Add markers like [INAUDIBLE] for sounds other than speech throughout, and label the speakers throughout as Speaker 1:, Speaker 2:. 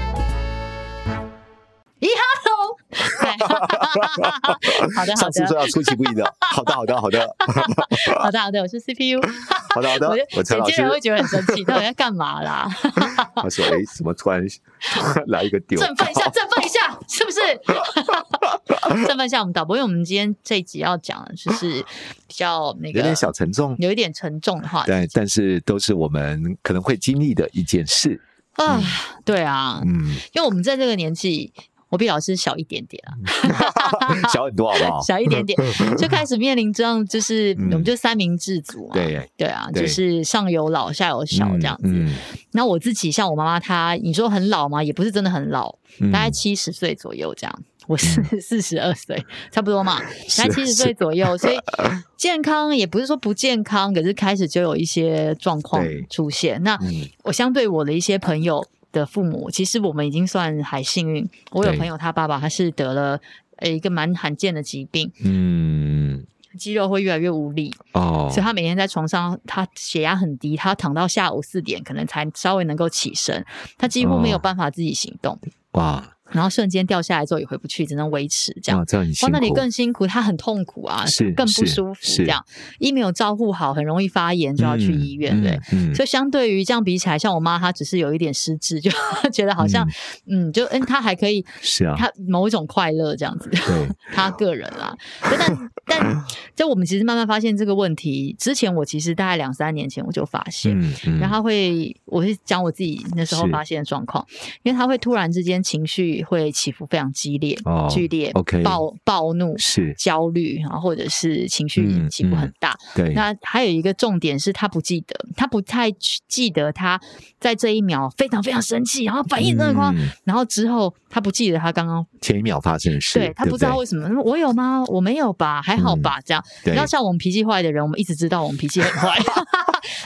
Speaker 1: 好的，好
Speaker 2: 上次说
Speaker 1: 的，
Speaker 2: 要出其不意的，好的，好的，好的，
Speaker 1: 好的，好的，我是 CPU，
Speaker 2: 好的，好的
Speaker 1: 我就，
Speaker 2: 我陈
Speaker 1: 有
Speaker 2: 老
Speaker 1: 些
Speaker 2: 师
Speaker 1: 人，会觉得很生气，到底在干嘛啦？
Speaker 2: 他说，哎，怎么突然来一个丢？
Speaker 1: 振奋一下，振奋一下，是不是？振奋一下我们导播，因为我们今天这一集要讲的就是比较那个
Speaker 2: 有点小沉重，
Speaker 1: 有一点沉重的话题
Speaker 2: 对，但是都是我们可能会经历的一件事。
Speaker 1: 啊，对啊，
Speaker 2: 嗯，
Speaker 1: 因为我们在这个年纪，我比老师小一点点啊，
Speaker 2: 小很多，好不好？
Speaker 1: 小一点
Speaker 2: [LAUGHS]
Speaker 1: 点，就开始面临这样，就是
Speaker 2: 哦嗯
Speaker 1: 我们就三明治族嘛，
Speaker 2: 对
Speaker 1: 对啊，
Speaker 2: 对
Speaker 1: 就是上有老下有小这样子。
Speaker 2: 嗯，
Speaker 1: 那我自己像我妈妈，她你说很老吗？也不是真的很老，
Speaker 2: 嗯
Speaker 1: 大概七十岁左右这样。我是四十二岁，差不多
Speaker 2: [LAUGHS]
Speaker 1: 嘛，大概七十岁左右，所以健康也不是说不健康，可是开始就有一些状况
Speaker 2: 对
Speaker 1: 出现。那
Speaker 2: 嗯
Speaker 1: 我相对我的一些朋友的父母，其实我们已经算还幸运。我有
Speaker 2: 对
Speaker 1: 朋友他爸爸他是得了呃一个蛮罕见的疾病，
Speaker 2: 嗯，
Speaker 1: 肌肉会越来越无力，
Speaker 2: 哦
Speaker 1: 所以，他每天在床上，他血压很低，他躺到下午四点可能才稍微能够起身，他几乎没有
Speaker 2: 哦
Speaker 1: 办法自己行动，
Speaker 2: 哇，
Speaker 1: 然后瞬间掉下来之后也回不去，只能维持这样
Speaker 2: 哇，。这样很
Speaker 1: 哇
Speaker 2: 辛，苦，
Speaker 1: 那你更辛苦，他很痛苦啊，
Speaker 2: 是
Speaker 1: 更不
Speaker 2: 是
Speaker 1: 舒服，
Speaker 2: 是
Speaker 1: 这样一没有照顾好，很容易发炎，就要去医院，对。
Speaker 2: 嗯，嗯，
Speaker 1: 所以相对于这样比起来，像我妈她只是有一点失智，就觉得好像嗯就嗯她还可以，
Speaker 2: 是啊，
Speaker 1: 她某一种快乐这样
Speaker 2: [LAUGHS]
Speaker 1: 子，
Speaker 2: 对，
Speaker 1: 她个人啦。对
Speaker 2: [LAUGHS]
Speaker 1: 但但就我们其实慢慢发现这个问题，之前我其实大概两三年前我就发现。
Speaker 2: 嗯嗯
Speaker 1: 然后她会，我是讲我自己那时候
Speaker 2: 是
Speaker 1: 发现的状况，因为她会突然之间情绪会起伏非常激烈、
Speaker 2: 哦
Speaker 1: 剧烈、
Speaker 2: OK
Speaker 1: 暴暴怒、
Speaker 2: 是
Speaker 1: 焦虑，然后或者是情绪
Speaker 2: 嗯
Speaker 1: 起伏很
Speaker 2: 嗯
Speaker 1: 大。
Speaker 2: 对，
Speaker 1: 那还有一个重点是他不记得，他不太记得他在这一秒非常非常生气，然后反应真的慌，
Speaker 2: 嗯
Speaker 1: 然后之后他不记得他刚刚
Speaker 2: 前一秒发生的事，
Speaker 1: 对他
Speaker 2: 对嗯
Speaker 1: 不知道为什么，我有吗？我没有吧？还好吧？这样。
Speaker 2: 对
Speaker 1: 然后像我们脾气坏的人，我们一直知道我们脾气很
Speaker 2: [LAUGHS]
Speaker 1: 坏。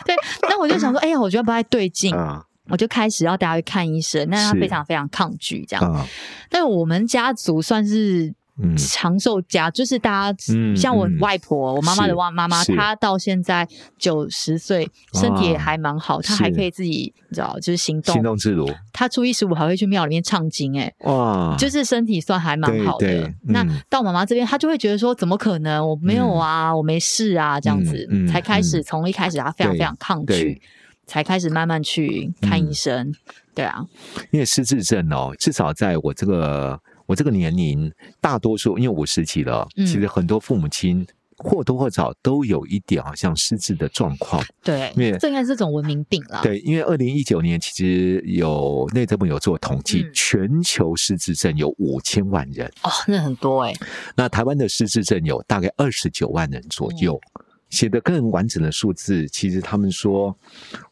Speaker 1: 对，那我就想说，哎呀，我觉得不太对劲，
Speaker 2: 啊
Speaker 1: 我就开始要带他去看医生。那他
Speaker 2: 是
Speaker 1: 非常非常抗拒这样。
Speaker 2: 啊，
Speaker 1: 但我们家族算是
Speaker 2: 嗯
Speaker 1: 长寿家，就是大家、
Speaker 2: 嗯
Speaker 1: 像我
Speaker 2: 嗯
Speaker 1: 外婆，我妈妈的
Speaker 2: 是
Speaker 1: 外妈妈，
Speaker 2: 是
Speaker 1: 她到现在九十岁，身体也还蛮好，她还
Speaker 2: 是
Speaker 1: 可以自己，你知道，就是行动。
Speaker 2: 心动自如，
Speaker 1: 她初一十五还会去庙里面唱经、哎、
Speaker 2: 哇，
Speaker 1: 就是身体算还蛮好的。
Speaker 2: 对对
Speaker 1: 那
Speaker 2: 嗯
Speaker 1: 到妈妈这边，她就会觉得说，怎么可能？我没有啊，我没事啊，这样子，
Speaker 2: 嗯嗯
Speaker 1: 才开始
Speaker 2: 嗯
Speaker 1: 从、一开始她啊非常非
Speaker 2: 对
Speaker 1: 常抗拒
Speaker 2: 对，
Speaker 1: 才开始慢慢去看医生。对啊，
Speaker 2: 因为失智症哦，至少在我这个我这个年龄，大多数因为五十几了，
Speaker 1: 嗯
Speaker 2: 其实很多父母亲或多或少都有一点好像失智的状况。
Speaker 1: 对
Speaker 2: 因为，
Speaker 1: 这应该是种文明病啦。
Speaker 2: 对，因为二零一九年其实有内政部有做统计，
Speaker 1: 嗯
Speaker 2: 全球失智症有五千万人，
Speaker 1: 哦，那很多哎、
Speaker 2: 那台湾的失智症有大概二十九万人左右。
Speaker 1: 嗯
Speaker 2: 写的更完整的数字，其实他们说，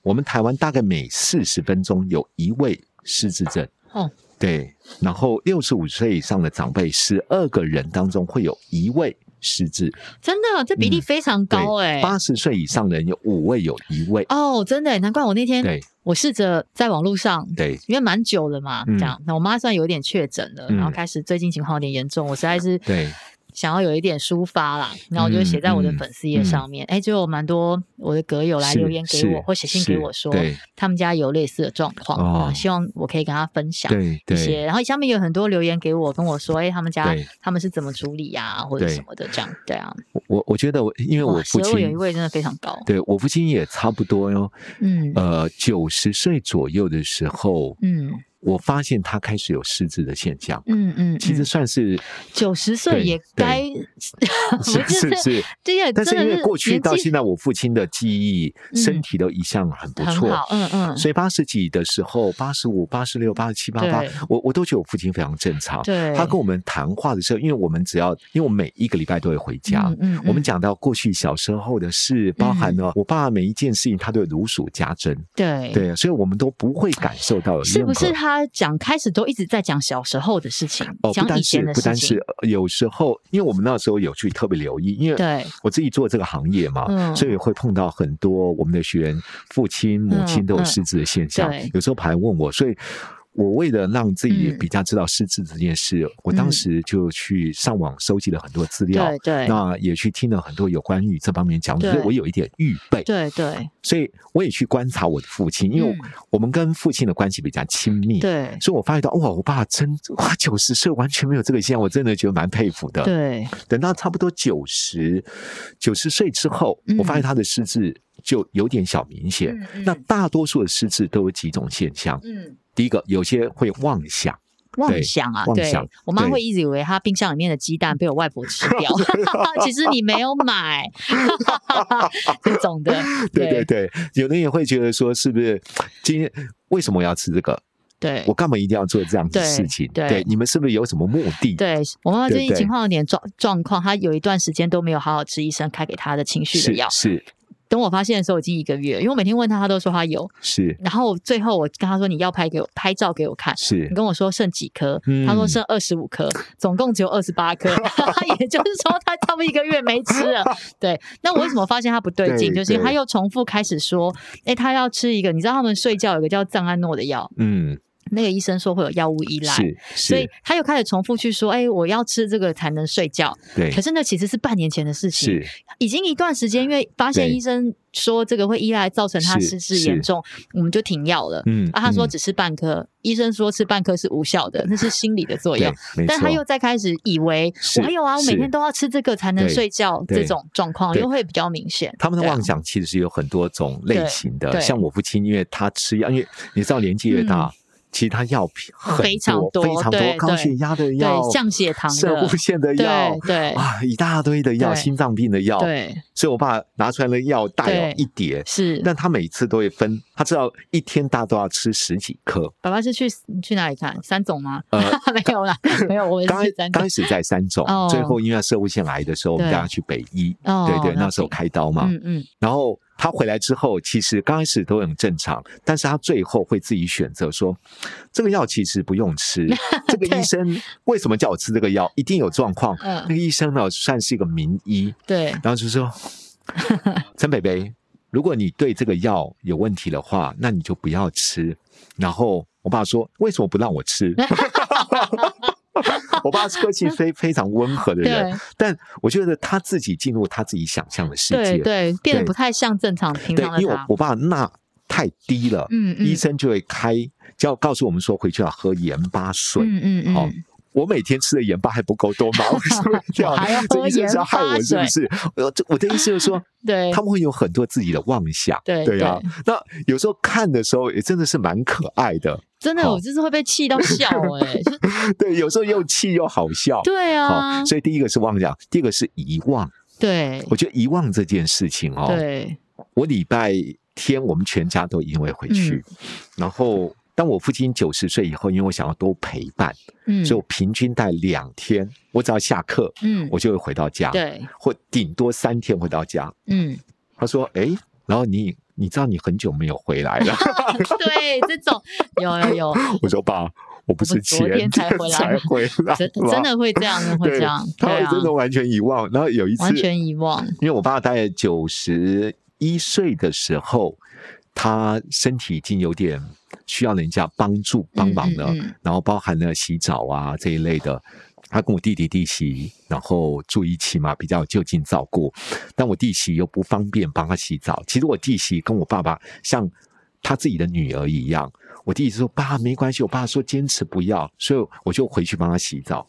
Speaker 2: 我们台湾大概每四十分钟有一位失智症。
Speaker 1: 哦，
Speaker 2: 对，然后六十五岁以上的长辈，十二个人当中会有一位失智。
Speaker 1: 真的，这比例
Speaker 2: 嗯
Speaker 1: 非常高哎、
Speaker 2: 八十岁以上的人有五位有一位。
Speaker 1: 哦，哎真的耶，难怪我那天
Speaker 2: 对
Speaker 1: 我试着在网络上，
Speaker 2: 对，
Speaker 1: 因为蛮久了嘛，
Speaker 2: 嗯
Speaker 1: 这样，那我妈算有点确诊了，
Speaker 2: 嗯
Speaker 1: 然后开始最近情况有点严重，我实在是
Speaker 2: 对嗯
Speaker 1: 想要有一点抒发啦，然后我就写在我的粉丝页上面，哎、就有蛮多我的阁友来
Speaker 2: 是
Speaker 1: 留言给
Speaker 2: 是
Speaker 1: 我或写信给
Speaker 2: 是
Speaker 1: 我说，
Speaker 2: 对
Speaker 1: 他们家有类似的状况，
Speaker 2: 哦
Speaker 1: 然后希望我可以跟他分享。
Speaker 2: 对
Speaker 1: 一
Speaker 2: 对
Speaker 1: 些，然后下面有很多留言给我，跟我说，哎、他们家
Speaker 2: 对
Speaker 1: 他们是怎么处理呀、或者
Speaker 2: 对
Speaker 1: 什么的，这样，对啊，
Speaker 2: 我我我觉得我因为我
Speaker 1: 哇，十
Speaker 2: 父
Speaker 1: 二有
Speaker 2: 亲
Speaker 1: 一，位真的非常高，
Speaker 2: 对我父亲也差不多哟。
Speaker 1: 嗯
Speaker 2: 呃，九十岁左右的时候，
Speaker 1: 嗯
Speaker 2: 我发现他开始有失智的现象。
Speaker 1: 嗯嗯，
Speaker 2: 其实
Speaker 1: 嗯
Speaker 2: 算是
Speaker 1: 九十岁
Speaker 2: 对
Speaker 1: 也
Speaker 2: 对
Speaker 1: 该，不
Speaker 2: 是是是，
Speaker 1: 这也哎
Speaker 2: 但
Speaker 1: 真
Speaker 2: 是因
Speaker 1: 的
Speaker 2: 为过去
Speaker 1: 年
Speaker 2: 到
Speaker 1: 纪
Speaker 2: 现在，我父亲的记忆、
Speaker 1: 嗯
Speaker 2: 身体都一向很不
Speaker 1: 很
Speaker 2: 错，
Speaker 1: 好，嗯嗯，
Speaker 2: 所以八十几的时候，八十五、八十六、八十七、八八
Speaker 1: 对，
Speaker 2: 我我都觉得我父亲非常正常。
Speaker 1: 对，
Speaker 2: 他跟我们谈话的时候，因为我们只要，因为我们每一个礼拜都会回家，
Speaker 1: 嗯嗯嗯
Speaker 2: 我们讲到过去小时候的事，包含了我爸每一件事情，他都会如数家珍，
Speaker 1: 对，
Speaker 2: 对，所以我们都不会感受到有
Speaker 1: 哎是
Speaker 2: 任
Speaker 1: 不
Speaker 2: 何
Speaker 1: 是他他讲开始都一直在讲小时候的事情，
Speaker 2: 哦，不
Speaker 1: 讲以
Speaker 2: 单
Speaker 1: 前
Speaker 2: 是
Speaker 1: 的
Speaker 2: 不
Speaker 1: 事
Speaker 2: 单
Speaker 1: 情
Speaker 2: 是，，呃有时候因为我们那时候有去特别留意，因为
Speaker 1: 对，
Speaker 2: 我自己做这个行业嘛，
Speaker 1: 嗯
Speaker 2: 所以会碰到很多我们的学员父亲、母亲都有
Speaker 1: 嗯
Speaker 2: 失智的现象，
Speaker 1: 对
Speaker 2: 有时候还问我，所以。我为了让自己
Speaker 1: 嗯
Speaker 2: 比较知道失智这件事，我当
Speaker 1: 嗯
Speaker 2: 时就去上网收集了很多资料，
Speaker 1: 对对
Speaker 2: 那也去听了很多有关于这方面讲，所以
Speaker 1: 对
Speaker 2: 我有一点预备，
Speaker 1: 对对
Speaker 2: 所以我也去观察我的父亲，因为
Speaker 1: 嗯
Speaker 2: 我们跟父亲的关系比较亲密，
Speaker 1: 对
Speaker 2: 所以我发觉到，哇，我爸真哇九十岁完全没有这个现象，我真的觉得蛮佩服的。
Speaker 1: 对，
Speaker 2: 等到差不多九十九十岁之后，
Speaker 1: 嗯
Speaker 2: 我发现他的失智就有点小明显。
Speaker 1: 嗯嗯
Speaker 2: 那大多数的失智都有几种现象，
Speaker 1: 嗯，
Speaker 2: 第一个有些会妄想，
Speaker 1: 妄
Speaker 2: 对
Speaker 1: 想啊，
Speaker 2: 妄
Speaker 1: 对
Speaker 2: 想
Speaker 1: 我妈
Speaker 2: 对
Speaker 1: 会一直以为她冰箱里面的鸡蛋被我外婆吃掉， [LAUGHS] 其实你没有买， [LAUGHS] 这种的，
Speaker 2: 对对
Speaker 1: 对
Speaker 2: 对，有的人也会觉得说，是不是今天为什么我要吃这个？
Speaker 1: 对
Speaker 2: 我干嘛一定要做这样的
Speaker 1: 对
Speaker 2: 事情？
Speaker 1: 对
Speaker 2: 你们是不是有什么目的？
Speaker 1: 对我妈妈最近
Speaker 2: 对对
Speaker 1: 情况有点状状况，她有一段时间都没有好好吃医生开给她的情绪的
Speaker 2: 是
Speaker 1: 药。
Speaker 2: 是
Speaker 1: 等我发现的时候，已经一个月，因为我每天问她，她都说她有。
Speaker 2: 是
Speaker 1: 然后最后我跟她说：“你要拍给我拍照给我看。”
Speaker 2: 是
Speaker 1: 你，跟我说剩几颗？
Speaker 2: 嗯
Speaker 1: 她说剩二十五颗，总共只有二十八
Speaker 2: [LAUGHS]
Speaker 1: 颗， [LAUGHS] 也就是说她差不多一个月没吃了。对，那我为什么发现她不对劲？
Speaker 2: 对
Speaker 1: 就是因为她
Speaker 2: 对
Speaker 1: 又重复开始说：“哎，她要吃一个，你知道他们睡觉有个叫藏安诺的药，
Speaker 2: 嗯，
Speaker 1: 那个医生说会有药物依赖。”
Speaker 2: 是
Speaker 1: 所以
Speaker 2: 是，
Speaker 1: 他又开始重复去说：“哎、我要吃这个才能睡觉。”
Speaker 2: 对
Speaker 1: 可，是那其实是半年前的事情，
Speaker 2: 是
Speaker 1: 已经一段时间，因为发现
Speaker 2: 对
Speaker 1: 医生说这个会依赖造成他
Speaker 2: 嗯是
Speaker 1: 失智
Speaker 2: 是
Speaker 1: 严重，我们就停药了。
Speaker 2: 嗯
Speaker 1: 啊，他说
Speaker 2: 嗯
Speaker 1: 只吃半颗，医生说吃半颗是无效的，那是心理的作
Speaker 2: 对
Speaker 1: 用。，
Speaker 2: 没
Speaker 1: 但他
Speaker 2: 错
Speaker 1: 又再开始以为
Speaker 2: 是
Speaker 1: 我还有啊，我每
Speaker 2: 是
Speaker 1: 天都要吃这个才能
Speaker 2: 对
Speaker 1: 睡觉，
Speaker 2: 对
Speaker 1: 这种状况
Speaker 2: 对
Speaker 1: 又会比较明显。
Speaker 2: 他们的
Speaker 1: 对啊
Speaker 2: 妄想其实是有很多种类型
Speaker 1: 对
Speaker 2: 的，
Speaker 1: 对嗯
Speaker 2: 像我父亲，因为他吃药，因为你知道年纪越大，其实他药品很
Speaker 1: 非常
Speaker 2: 多，
Speaker 1: 多
Speaker 2: 非常
Speaker 1: 对
Speaker 2: 多，高
Speaker 1: 对
Speaker 2: 血压的药，
Speaker 1: 对降血糖
Speaker 2: 射
Speaker 1: 的
Speaker 2: 物，线的药
Speaker 1: 对。
Speaker 2: [LAUGHS]
Speaker 1: 对
Speaker 2: 啊，一大堆的药，
Speaker 1: 对
Speaker 2: 心脏病的药，
Speaker 1: 对，
Speaker 2: 所以我爸拿出来的药大有
Speaker 1: 对
Speaker 2: 一叠，
Speaker 1: 是。
Speaker 2: 但他每次都会分，他知道一天大都要吃十几颗。
Speaker 1: 爸爸是去去哪里看三总吗？
Speaker 2: 呃
Speaker 1: [LAUGHS] 没有啦，没有，我们
Speaker 2: 刚
Speaker 1: 是
Speaker 2: 开
Speaker 1: 去三总
Speaker 2: 刚开。始在三种
Speaker 1: 哦，
Speaker 2: 最后因为射物腺癌的时候，我们
Speaker 1: 对
Speaker 2: 带他去北医，
Speaker 1: 哦
Speaker 2: 对对，
Speaker 1: 了
Speaker 2: 那时候
Speaker 1: 解
Speaker 2: 开刀嘛，
Speaker 1: 嗯嗯，
Speaker 2: 然后他回来之后，其实刚开始都很正常，但是他最后会自己选择说，这个药其实不用
Speaker 1: [LAUGHS]
Speaker 2: 吃。这个医生为什么叫我吃这个药？一定有状况。
Speaker 1: 嗯
Speaker 2: 那个医生呢，算是一个名医，
Speaker 1: 对，
Speaker 2: 然后
Speaker 1: [LAUGHS]
Speaker 2: 就说：“陈北北，如果你对这个药有问题的话，那你就不要吃。”然后我爸说：“为什么不让我
Speaker 1: [LAUGHS]
Speaker 2: 吃？”我爸是个性非非常温和的人
Speaker 1: 对，
Speaker 2: 但我觉得他自己进入他自己想象的世
Speaker 1: 对，
Speaker 2: 界
Speaker 1: 对，变得
Speaker 2: 对
Speaker 1: 不太像正常平
Speaker 2: 对
Speaker 1: 常，的
Speaker 2: 因为我
Speaker 1: 他。
Speaker 2: 我爸钠太低了，
Speaker 1: 嗯嗯
Speaker 2: 医生就会开，就要告诉我们说回去要喝盐巴水。
Speaker 1: 嗯嗯嗯，
Speaker 2: 好我每天吃的盐巴还不够多吗？为
Speaker 1: [LAUGHS]
Speaker 2: 什么 [LAUGHS] 这样
Speaker 1: 还要？喝
Speaker 2: 这医生是要害我是
Speaker 1: 盐巴
Speaker 2: 不是？我这我的意思就是说，
Speaker 1: [LAUGHS] 对
Speaker 2: 他们会有很多自己的妄想，
Speaker 1: 对
Speaker 2: 啊。那有时候看的时候也真的是蛮可爱的， [LAUGHS]
Speaker 1: 真的，
Speaker 2: 好
Speaker 1: 我就是会被气
Speaker 2: [LAUGHS]
Speaker 1: 到笑哎。 [LAUGHS] 就
Speaker 2: 对，有时候又气又好笑。
Speaker 1: 对啊
Speaker 2: 好，，所以第一个是妄想，第二个是遗忘。
Speaker 1: 对
Speaker 2: 我觉得遗忘这件事情哦，
Speaker 1: 对，
Speaker 2: 我礼拜天我们全家都因为回去，
Speaker 1: 嗯
Speaker 2: 然后当我父亲九十岁以后，因为我想要多陪伴，
Speaker 1: 嗯，
Speaker 2: 所以我平均带两天，我只要下课，
Speaker 1: 嗯，
Speaker 2: 我就会回到家，，
Speaker 1: 对，
Speaker 2: 或顶多三天回到家。
Speaker 1: 嗯，
Speaker 2: 他说：“哎，然后你你知道你很久没有回来了。
Speaker 1: 嗯
Speaker 2: [LAUGHS]
Speaker 1: 对，这种有有有，”
Speaker 2: 我说：“爸，我不
Speaker 1: 我
Speaker 2: 是
Speaker 1: 昨
Speaker 2: 前
Speaker 1: 天才回来
Speaker 2: 才回
Speaker 1: [LAUGHS]
Speaker 2: 来，[LAUGHS]
Speaker 1: 真真。的会这样，会
Speaker 2: 对
Speaker 1: 这样，”
Speaker 2: 他
Speaker 1: 对
Speaker 2: 会
Speaker 1: 啊，
Speaker 2: 真的完全遗忘。然后有一次，
Speaker 1: 完全遗忘，嗯
Speaker 2: 因为我爸大概九十一岁的时候，他身体已经有点需要人家帮助帮忙了，
Speaker 1: 嗯嗯
Speaker 2: 然后包含了洗澡啊这一类的。他跟我弟弟弟媳，然后住一起嘛，比较就近照顾。但我弟媳又不方便帮他洗澡。其实我弟媳跟我爸爸像他自己的女儿一样。我弟弟说：“爸，没关系。”我爸说：“坚持不要。”所以我就回去帮他洗澡。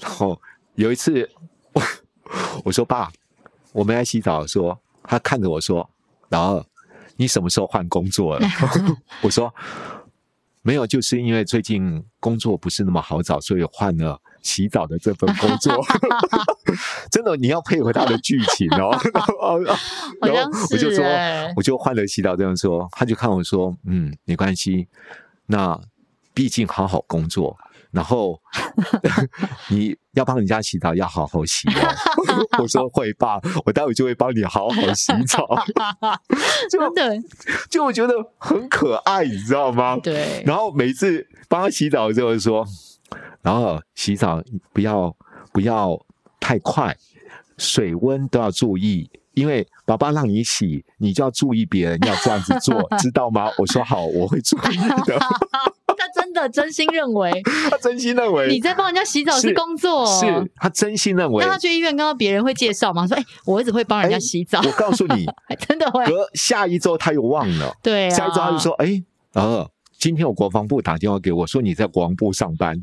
Speaker 2: 然后有一次，我我说：“爸，我们在洗澡的时候，他看着我说：“老二，你什么时候换工作了？” [LAUGHS] 我说：“没有，就是因为最近工作不是那么好找，所以换了洗澡的这份工作。 [LAUGHS] 真的，你要配合他的剧情哦。 [LAUGHS] 然后
Speaker 1: 好
Speaker 2: 然
Speaker 1: 像
Speaker 2: 后我就是说，
Speaker 1: 哎，
Speaker 2: 我就换了洗澡这样说，他就看我说，嗯，没关系，那毕竟好好工作，然后 [LAUGHS] 你要帮人家洗澡要好好洗哦。我说会吧，我待会就会帮你好好洗澡。 [LAUGHS]
Speaker 1: 真的
Speaker 2: 就我觉得很可爱，你知道吗？
Speaker 1: 对，
Speaker 2: 然后每次帮他洗澡的时候就说，然后洗澡不要不要太快，水温都要注意，因为爸爸让你洗，你就要注意别人要这样子
Speaker 1: [LAUGHS]
Speaker 2: 做，知道吗？我说好，我会注意的。
Speaker 1: 他真的真心认
Speaker 2: [LAUGHS]
Speaker 1: 为
Speaker 2: 他真心认为
Speaker 1: 你在帮人家洗澡是
Speaker 2: 是
Speaker 1: 工作，
Speaker 2: 是。他真心认为
Speaker 1: 那。他去医院跟到别人会介绍吗？说，哎、我儿子会帮人家
Speaker 2: 哎
Speaker 1: 洗澡，
Speaker 2: 我告诉
Speaker 1: [LAUGHS]
Speaker 2: 你，
Speaker 1: 真的会，
Speaker 2: 隔下一周他又忘了。
Speaker 1: 对啊。
Speaker 2: 下一周他就说：“哎、呃，今天我国防部打电话给我说你在国防部
Speaker 1: [LAUGHS]
Speaker 2: 上班，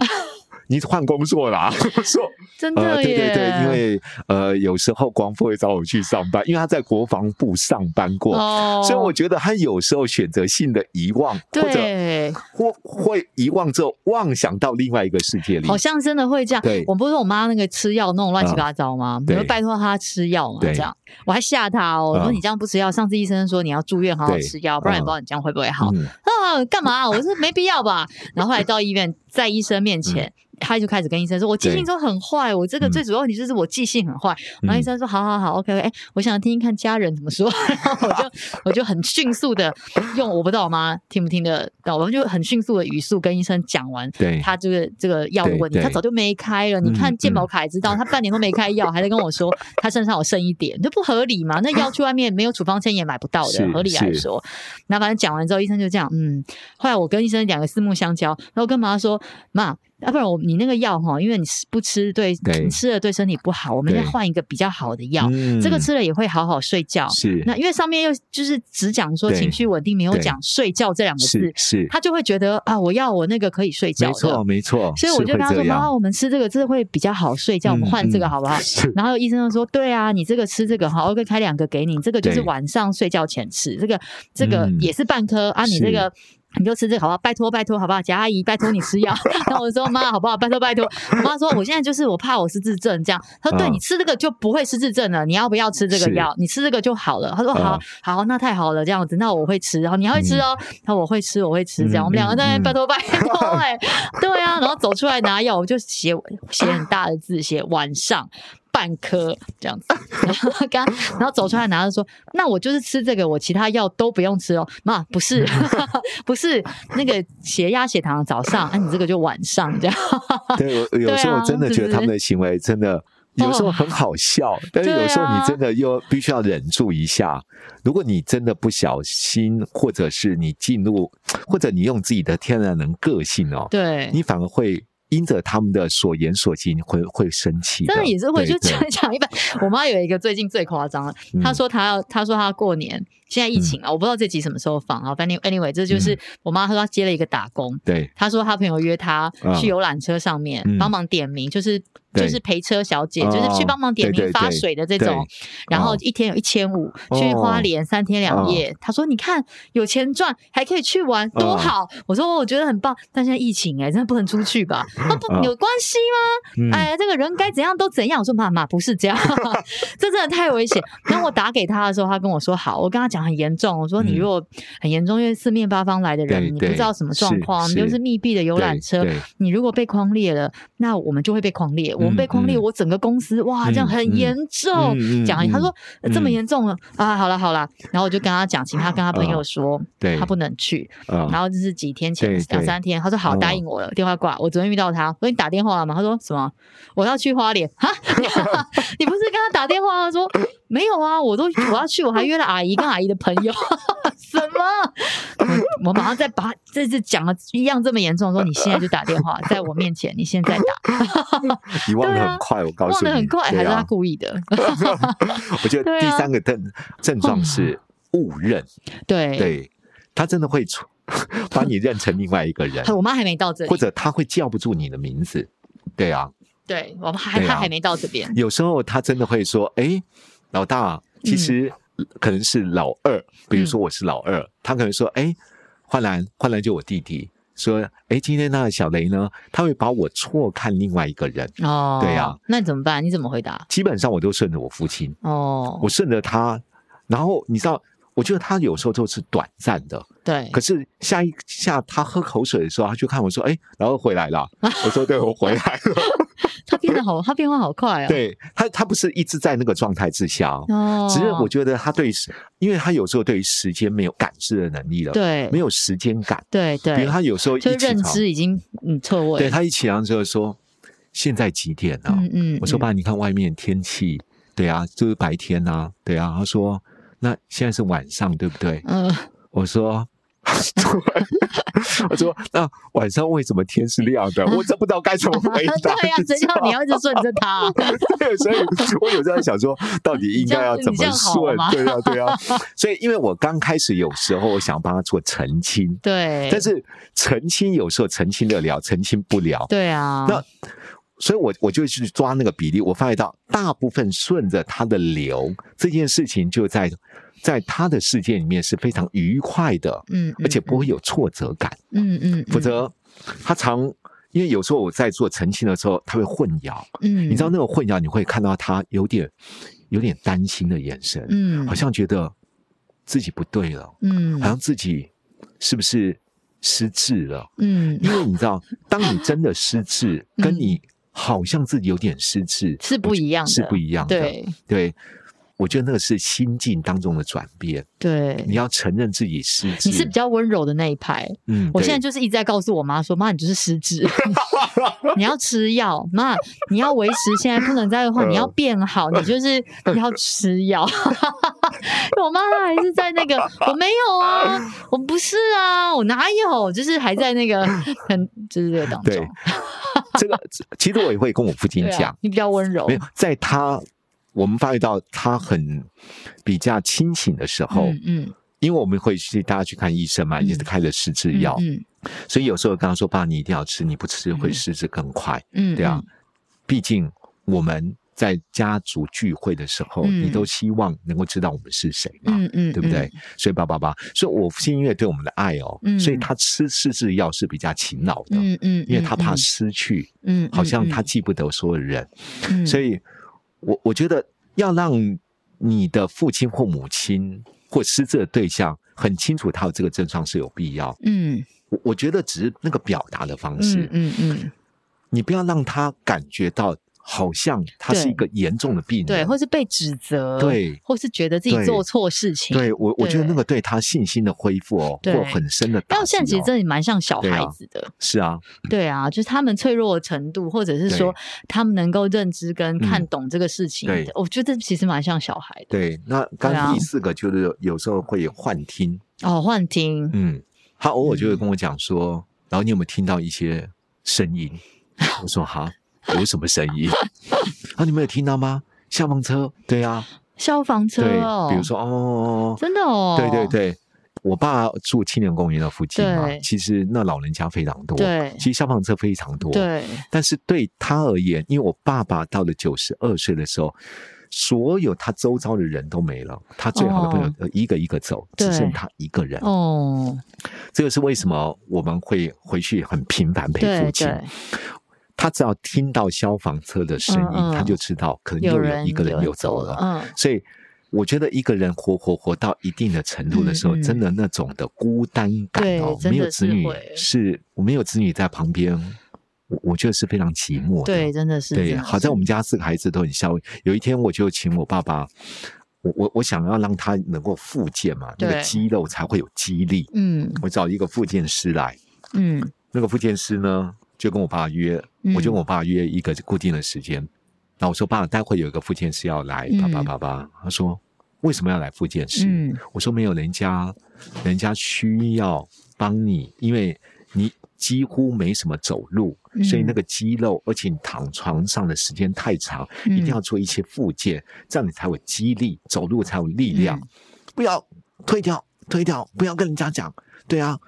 Speaker 2: 你换工作啦、 [LAUGHS] 我说：“
Speaker 1: 真
Speaker 2: 呃，
Speaker 1: 的
Speaker 2: 对
Speaker 1: 耶，
Speaker 2: 对对，因为呃，有时候国防部会找我去上班，因为他在国防部上班过。
Speaker 1: 哦，
Speaker 2: 所以我觉得他有时候选择性的遗忘，或者
Speaker 1: 对，
Speaker 2: 或会遗忘之后妄想到另外一个世界里
Speaker 1: 好。像真的会这样。
Speaker 2: 对啊
Speaker 1: 我不是说我妈那个吃药弄得乱七八糟吗？我
Speaker 2: 对
Speaker 1: 就拜托她吃药嘛，
Speaker 2: 对
Speaker 1: 这样我还吓她哦，
Speaker 2: 嗯
Speaker 1: 我说你这样不吃药，上次医生说你要住院好好
Speaker 2: 对
Speaker 1: 吃药，不然也不
Speaker 2: 嗯
Speaker 1: 知道你这样会不会好。
Speaker 2: 嗯，
Speaker 1: 啊，干嘛、
Speaker 2: [LAUGHS]
Speaker 1: 我是没必要吧。然后后来到医院，在医生面前，他就开始跟医生说：“我记性都很坏，我这个
Speaker 2: 嗯
Speaker 1: 最主要问题就是我记性很坏。
Speaker 2: 嗯
Speaker 1: 然后医生说：“好好好，OK，哎、我想听听看家人怎么说。” [LAUGHS] 然后我就我就很迅速的用我不知道我妈听不听得到，我就很迅速的语速跟医生讲完。
Speaker 2: 对，
Speaker 1: 他这个这个药的
Speaker 2: 对
Speaker 1: 问题，他
Speaker 2: 对
Speaker 1: 早就没开了。你
Speaker 2: 嗯
Speaker 1: 看健保
Speaker 2: 嗯
Speaker 1: 卡也知道，他半年都没开药，还在跟我
Speaker 2: [LAUGHS]
Speaker 1: 说他身上有剩一点，这不合理嘛？那药去外面没有处方签也买不到的
Speaker 2: 是，
Speaker 1: 合理来
Speaker 2: 是
Speaker 1: 说。那反正讲完之后，医生就这样，嗯。后来我跟医生两个四目相交，然后跟妈说，妈。要、不然我你那个药哈，因为你吃不吃对，
Speaker 2: 对
Speaker 1: 你吃了对身体不好，我们再
Speaker 2: 对
Speaker 1: 换一个比较好的药，
Speaker 2: 嗯
Speaker 1: 这个吃了也会好好睡觉。
Speaker 2: 是
Speaker 1: 那因为上面又就是只讲说
Speaker 2: 对
Speaker 1: 情绪稳定，没有
Speaker 2: 对
Speaker 1: 讲睡觉这两个字
Speaker 2: 是，是，
Speaker 1: 他就会觉得啊，我要我那个可以睡觉
Speaker 2: 没
Speaker 1: 的。
Speaker 2: 错没错，
Speaker 1: 所以我
Speaker 2: 是
Speaker 1: 就跟
Speaker 2: 会
Speaker 1: 他说：“
Speaker 2: 这样
Speaker 1: 妈妈，我们吃这个真的会比较好睡觉，我们
Speaker 2: 嗯
Speaker 1: 换这个
Speaker 2: 嗯
Speaker 1: 好不好？”
Speaker 2: 是
Speaker 1: 然后医生就说：“对啊，你这个吃这个好，我可以开两个给你，这个就是
Speaker 2: 对
Speaker 1: 晚上睡觉前吃，这个这个
Speaker 2: 嗯
Speaker 1: 也是半颗啊，你
Speaker 2: 是
Speaker 1: 这个。”你就吃这个好不好？拜托拜托，好不好？贾阿姨，拜托你吃
Speaker 2: [LAUGHS]
Speaker 1: 药。然后我就说妈，好不好？拜托拜托。我妈说我现在就是我怕我失智症这样。她说对
Speaker 2: 嗯
Speaker 1: 你吃这个就不会失智症了，你要不要吃这个
Speaker 2: 是
Speaker 1: 药？你吃这个就好了。她说
Speaker 2: 嗯
Speaker 1: 好好，那太好了，这样子，那我会吃。然后你还会吃哦，她说我会吃，我会吃。这样
Speaker 2: 嗯
Speaker 1: 我们两个在那边
Speaker 2: 嗯
Speaker 1: 拜托拜托，哎，对啊。然后走出来拿药，我就写写很大的字，写晚上。半颗这样子，然后刚，然后走出来拿着说：“那我就是吃这个，我其他药都不用吃哦。”妈，不是， [LAUGHS] 不是那个血压、血糖早上，啊，你这个就晚上这样。 [LAUGHS]
Speaker 2: [LAUGHS] 对，我有时
Speaker 1: 对
Speaker 2: 候
Speaker 1: 啊
Speaker 2: 我真的觉
Speaker 1: 是不
Speaker 2: 得
Speaker 1: 是哦
Speaker 2: 他们的行为真的。有时候很好笑，但是
Speaker 1: 对啊
Speaker 2: 有时候你真的又必须要忍住一下。如果你真的不小心，或者是你进入，或者你用自己的天然能个性哦，
Speaker 1: 对，
Speaker 2: 你反而会因着他们的所言所行，你会会生气的。
Speaker 1: 真的也是会
Speaker 2: 对
Speaker 1: 就
Speaker 2: 对
Speaker 1: 讲讲一半。我妈有一个最近最夸张了，
Speaker 2: 嗯
Speaker 1: 她说她要，她说她过年现在疫情啊，我不知道这集什么时候放啊，反正 anyway，这
Speaker 2: 嗯
Speaker 1: 就是我妈说她接了一个打工。
Speaker 2: 对
Speaker 1: 她说她朋友约她
Speaker 2: 啊
Speaker 1: 去游览车上面
Speaker 2: 嗯
Speaker 1: 帮忙点名，就是
Speaker 2: 对
Speaker 1: 就是陪车小姐，
Speaker 2: 哦
Speaker 1: 就是去帮忙点
Speaker 2: 对
Speaker 1: 名
Speaker 2: 对
Speaker 1: 发
Speaker 2: 对
Speaker 1: 水的这
Speaker 2: 对
Speaker 1: 种，然后
Speaker 2: 哦
Speaker 1: 一天有一千五，
Speaker 2: 哦
Speaker 1: 去花莲三天两夜。她说你看有钱赚，还可以去玩，多
Speaker 2: 哦
Speaker 1: 好。我说我觉得很棒，但现在疫情哎，真的不能出去
Speaker 2: [LAUGHS]
Speaker 1: 吧？她不
Speaker 2: 哦
Speaker 1: 有关系吗？
Speaker 2: 嗯
Speaker 1: 哎，这个人该怎样都怎样。我说妈妈不是这样， [LAUGHS] 这真的太危险。当我打给他的时候，他跟我说好，我跟他讲很严重，我说你
Speaker 2: 嗯
Speaker 1: 如果很严重，因为四面八方来的人，
Speaker 2: 对
Speaker 1: 你不
Speaker 2: 对
Speaker 1: 知道什么状
Speaker 2: 是
Speaker 1: 况，
Speaker 2: 是
Speaker 1: 又是密闭的游览车
Speaker 2: 对，对
Speaker 1: 你如果被框裂了，那我们就会被框裂，我们被框裂，
Speaker 2: 嗯
Speaker 1: 我整个公司哇，这样
Speaker 2: 嗯
Speaker 1: 很
Speaker 2: 嗯
Speaker 1: 严重。
Speaker 2: 嗯嗯
Speaker 1: 哦讲他
Speaker 2: 嗯
Speaker 1: 说呃这么
Speaker 2: 嗯
Speaker 1: 严重了、啊，好了好了，然后我就跟他讲，请他跟他朋友说，
Speaker 2: 啊对
Speaker 1: 他不能去，
Speaker 2: 啊
Speaker 1: 然后就是几天前
Speaker 2: 对
Speaker 1: 两
Speaker 2: 对
Speaker 1: 三天，他说好，
Speaker 2: 哦
Speaker 1: 答应我了，电话挂。我昨天遇到他，我说你打电话了吗？他说什么？我要去花莲 [LAUGHS] 哈，你不是跟他打电话？他说没有啊，我都我要去，我还约了阿姨跟阿姨的朋友。 [LAUGHS] 什么？我我马上再把他这次讲了一样这么严重，说你现在就打电话，在我面前，你现在打，
Speaker 2: 你忘
Speaker 1: 对
Speaker 2: 得
Speaker 1: 啊
Speaker 2: 很快，我告诉
Speaker 1: 忘
Speaker 2: 你，
Speaker 1: 得很快，还
Speaker 2: 对
Speaker 1: 是他
Speaker 2: 啊，
Speaker 1: 故意的？ [LAUGHS]
Speaker 2: 我觉
Speaker 1: 对
Speaker 2: 得第
Speaker 1: 啊
Speaker 2: 三个症症状是误认，
Speaker 1: 对，
Speaker 2: 对他真的会出 [LAUGHS] 把你认成另外一个人，
Speaker 1: 我妈还没到这里
Speaker 2: 或，者他会叫不住你的名字。对啊，
Speaker 1: 对我们还
Speaker 2: 对啊
Speaker 1: 她还没到这边，
Speaker 2: 有时候他真的会说：“哎，老大，其实可能是老二，比如说我是老二，他可能说：‘哎，焕然，焕然就我弟弟。’说：‘哎，今天那个小雷呢？’他会把我错看另外一个人。
Speaker 1: 哦，
Speaker 2: 对啊，
Speaker 1: 那你怎么办？你怎么回答？
Speaker 2: 基本上我都顺着我父亲，
Speaker 1: 哦，
Speaker 2: 我顺着他，然后你知道。”我觉得他有时候就是短暂的，
Speaker 1: 对，
Speaker 2: 可是下一
Speaker 1: [LAUGHS]
Speaker 2: 下他喝口水的时候，他就看我说：“哎，然后回来了。”我说：“对，我回来了。”
Speaker 1: 他变得好，他变化好快哦。
Speaker 2: 对他，他不是一直在那个状态之下哦，
Speaker 1: 哦，
Speaker 2: 只是我觉得他对时，因为他有时候对于时间没有感知的能力了，
Speaker 1: 对
Speaker 2: 没有时间感。
Speaker 1: 对
Speaker 2: 比
Speaker 1: 对
Speaker 2: 如，他有时候一
Speaker 1: 就是
Speaker 2: 起
Speaker 1: 认
Speaker 2: 床，
Speaker 1: 知已经嗯错位。
Speaker 2: 对他一起床之后说：“现在几点了、
Speaker 1: 嗯嗯，
Speaker 2: 我说：“
Speaker 1: 嗯，
Speaker 2: 爸，你看外面天气，对啊，就是白天啊，对啊。”他说：“那现在是晚上，对不对？”
Speaker 1: 嗯，[LAUGHS]
Speaker 2: 我说。我说 [LAUGHS] 那晚上为什么天是亮的？我真不知道该怎么回答。
Speaker 1: [LAUGHS] 对呀，
Speaker 2: 你知
Speaker 1: 谁叫
Speaker 2: 道
Speaker 1: 你要一直顺着他？
Speaker 2: [LAUGHS] 对，所以我有时候想说，到底应该要怎么顺？
Speaker 1: 你
Speaker 2: 对啊，对啊。所以，因为我刚开始有时候我想帮他做澄清，
Speaker 1: 对，
Speaker 2: [LAUGHS] 但是澄清有时候澄清得了，澄清不了。
Speaker 1: 对啊，
Speaker 2: 那所以我我就去抓那个比例，我发觉到大部分顺着他的流这件事情，就在在他的世界里面是非常愉快的，
Speaker 1: 嗯，
Speaker 2: 而且不会
Speaker 1: 有，
Speaker 2: 有挫折感。
Speaker 1: 嗯嗯，
Speaker 2: 否则，他常因为有时候我在做澄清的时候，他会混淆。
Speaker 1: 嗯，
Speaker 2: 你知道那种混淆，你会看到他有点有点担心的眼神，
Speaker 1: 嗯，嗯，
Speaker 2: 好像觉得自己不对了，
Speaker 1: 嗯，
Speaker 2: 好像自己是不是失智了？
Speaker 1: 嗯
Speaker 2: 因为你知道，当你真的失智，
Speaker 1: 嗯
Speaker 2: 跟你好像自己有点失智
Speaker 1: 是不一样的，
Speaker 2: 是不一样的。
Speaker 1: 对
Speaker 2: 对我觉得那个是心境当中的转变，
Speaker 1: 对，
Speaker 2: 你要承认自己失智。
Speaker 1: 你是比较温柔的那一派。
Speaker 2: 嗯，
Speaker 1: 我现在就
Speaker 2: 就
Speaker 1: 是一直在告诉我妈说，妈，你就是失智，
Speaker 2: [LAUGHS]
Speaker 1: [LAUGHS] 你要吃药，妈，你要维持现在不能再的
Speaker 2: 嗯
Speaker 1: 话，你要变好，你就是要吃药。 [LAUGHS] 我妈她还是在那个，我没有啊，
Speaker 2: [LAUGHS]
Speaker 1: 我不是啊，我哪有，就是还在那个很就是这个当
Speaker 2: 对
Speaker 1: 中。
Speaker 2: [LAUGHS] 这个，其实我也会跟我父亲
Speaker 1: 对啊
Speaker 2: 讲。
Speaker 1: 你比较温柔
Speaker 2: 没，有，在他我们发觉到他很比较清醒的时候，
Speaker 1: 嗯嗯，
Speaker 2: 因为我们会去大家去看医生嘛，
Speaker 1: 嗯
Speaker 2: 也是开了失智
Speaker 1: 嗯
Speaker 2: 药，
Speaker 1: 嗯
Speaker 2: 所以有时候跟他说：“爸，你一定要吃，你不吃
Speaker 1: 嗯
Speaker 2: 会失智更快。
Speaker 1: 嗯，
Speaker 2: 对啊，毕竟我们在家族聚会的时候，
Speaker 1: 嗯
Speaker 2: 你都希望能够知道我们是谁嘛。
Speaker 1: 嗯，嗯嗯，
Speaker 2: 啊对不对？所以爸爸爸，所以我父亲因为对我们的爱哦，
Speaker 1: 嗯
Speaker 2: 所以他吃失智药是比较勤劳的，
Speaker 1: 嗯？嗯嗯，
Speaker 2: 因为他怕
Speaker 1: 嗯，
Speaker 2: 失去，
Speaker 1: 嗯，
Speaker 2: 好像他记不得所有人。
Speaker 1: 嗯，
Speaker 2: 所
Speaker 1: 以
Speaker 2: 以我我觉得要让你的父亲或母亲或失智的对象很清楚他有这个症状是有必要。
Speaker 1: 嗯
Speaker 2: 我我觉得只是那个表达的方式，
Speaker 1: 嗯嗯嗯，
Speaker 2: 你不要让他感觉到好像他是一个严重的病人。
Speaker 1: 对，或是被指责，
Speaker 2: 嗯对
Speaker 1: 或是觉得自己
Speaker 2: 对
Speaker 1: 做错事情，
Speaker 2: 对我我觉得
Speaker 1: 对
Speaker 2: 那个对他信心的恢复哦，
Speaker 1: 对
Speaker 2: 或很深的打击、哦。
Speaker 1: 到现在其实真的蛮像小
Speaker 2: 对
Speaker 1: 孩
Speaker 2: 啊
Speaker 1: 子的，
Speaker 2: 是啊，
Speaker 1: 对啊，就是他们脆弱的程度，或者是说他们能够认知跟看
Speaker 2: 嗯
Speaker 1: 懂这个事情，
Speaker 2: 对
Speaker 1: 我觉得其实蛮像小孩的。
Speaker 2: 对。那刚
Speaker 1: 对啊
Speaker 2: 刚第四个就是有时候会有幻听，
Speaker 1: 哦，幻听，
Speaker 2: 嗯，他偶尔就会跟我讲说，然后你有没有听到一些声音？我说哈，有什么声音？啊，你没有听到吗？消防车，对啊，
Speaker 1: 消防车
Speaker 2: 对，
Speaker 1: 哦，
Speaker 2: 比如说哦，
Speaker 1: 真的哦，
Speaker 2: 对对对，我爸住青年公园的附近嘛
Speaker 1: 对，
Speaker 2: 其实那老人家非常多，
Speaker 1: 对
Speaker 2: 其实消防车非常多，
Speaker 1: 对，
Speaker 2: 但是对他而言，因为我爸爸到了九十二岁的时候，所有他周遭的人都没了，他最好的朋友
Speaker 1: 哦
Speaker 2: 呃一个一个走，
Speaker 1: 对
Speaker 2: 只剩他一个人。
Speaker 1: 哦，
Speaker 2: 这个是为什么我们会回去很频繁陪
Speaker 1: 对
Speaker 2: 父亲。
Speaker 1: 对，
Speaker 2: 他只要听到消防车的声音，
Speaker 1: 嗯嗯
Speaker 2: 他就知道可能又有
Speaker 1: 人
Speaker 2: 一个人
Speaker 1: 有
Speaker 2: 又走了。
Speaker 1: 嗯，
Speaker 2: 所以我觉得一个人活活活到一定的程度的时候，
Speaker 1: 嗯嗯
Speaker 2: 真的那种的孤单感哦
Speaker 1: 对，真的
Speaker 2: 没有子女
Speaker 1: 是会
Speaker 2: 是我没有子女在旁边，我我觉得是非常寂寞的。
Speaker 1: 对，真的是，
Speaker 2: 对，
Speaker 1: 真的
Speaker 2: 好在
Speaker 1: 是
Speaker 2: 我们家四个孩子都很孝顺。有一天我就请我爸爸，我我我想要让他能够复健嘛，那个
Speaker 1: 对
Speaker 2: 肌肉才会有肌力。
Speaker 1: 嗯
Speaker 2: 我找一个复健师来，
Speaker 1: 嗯
Speaker 2: 那个复健师呢就跟我爸约，
Speaker 1: 嗯
Speaker 2: 我就跟我爸约一个固定的时间。然后我说爸，待会有一个复健师要来，
Speaker 1: 嗯
Speaker 2: 爸爸爸爸。他说为什么要来复健师？
Speaker 1: 嗯
Speaker 2: 我说没有，人家人家需要帮你，因为你几乎没什么走路，
Speaker 1: 嗯
Speaker 2: 所以那个肌肉，而且你躺床上的时间太长，
Speaker 1: 嗯
Speaker 2: 一定要做一些复健，这样你才有肌力，走路才有力量。
Speaker 1: 嗯
Speaker 2: 不要推掉，推掉，不要跟人家讲，对啊，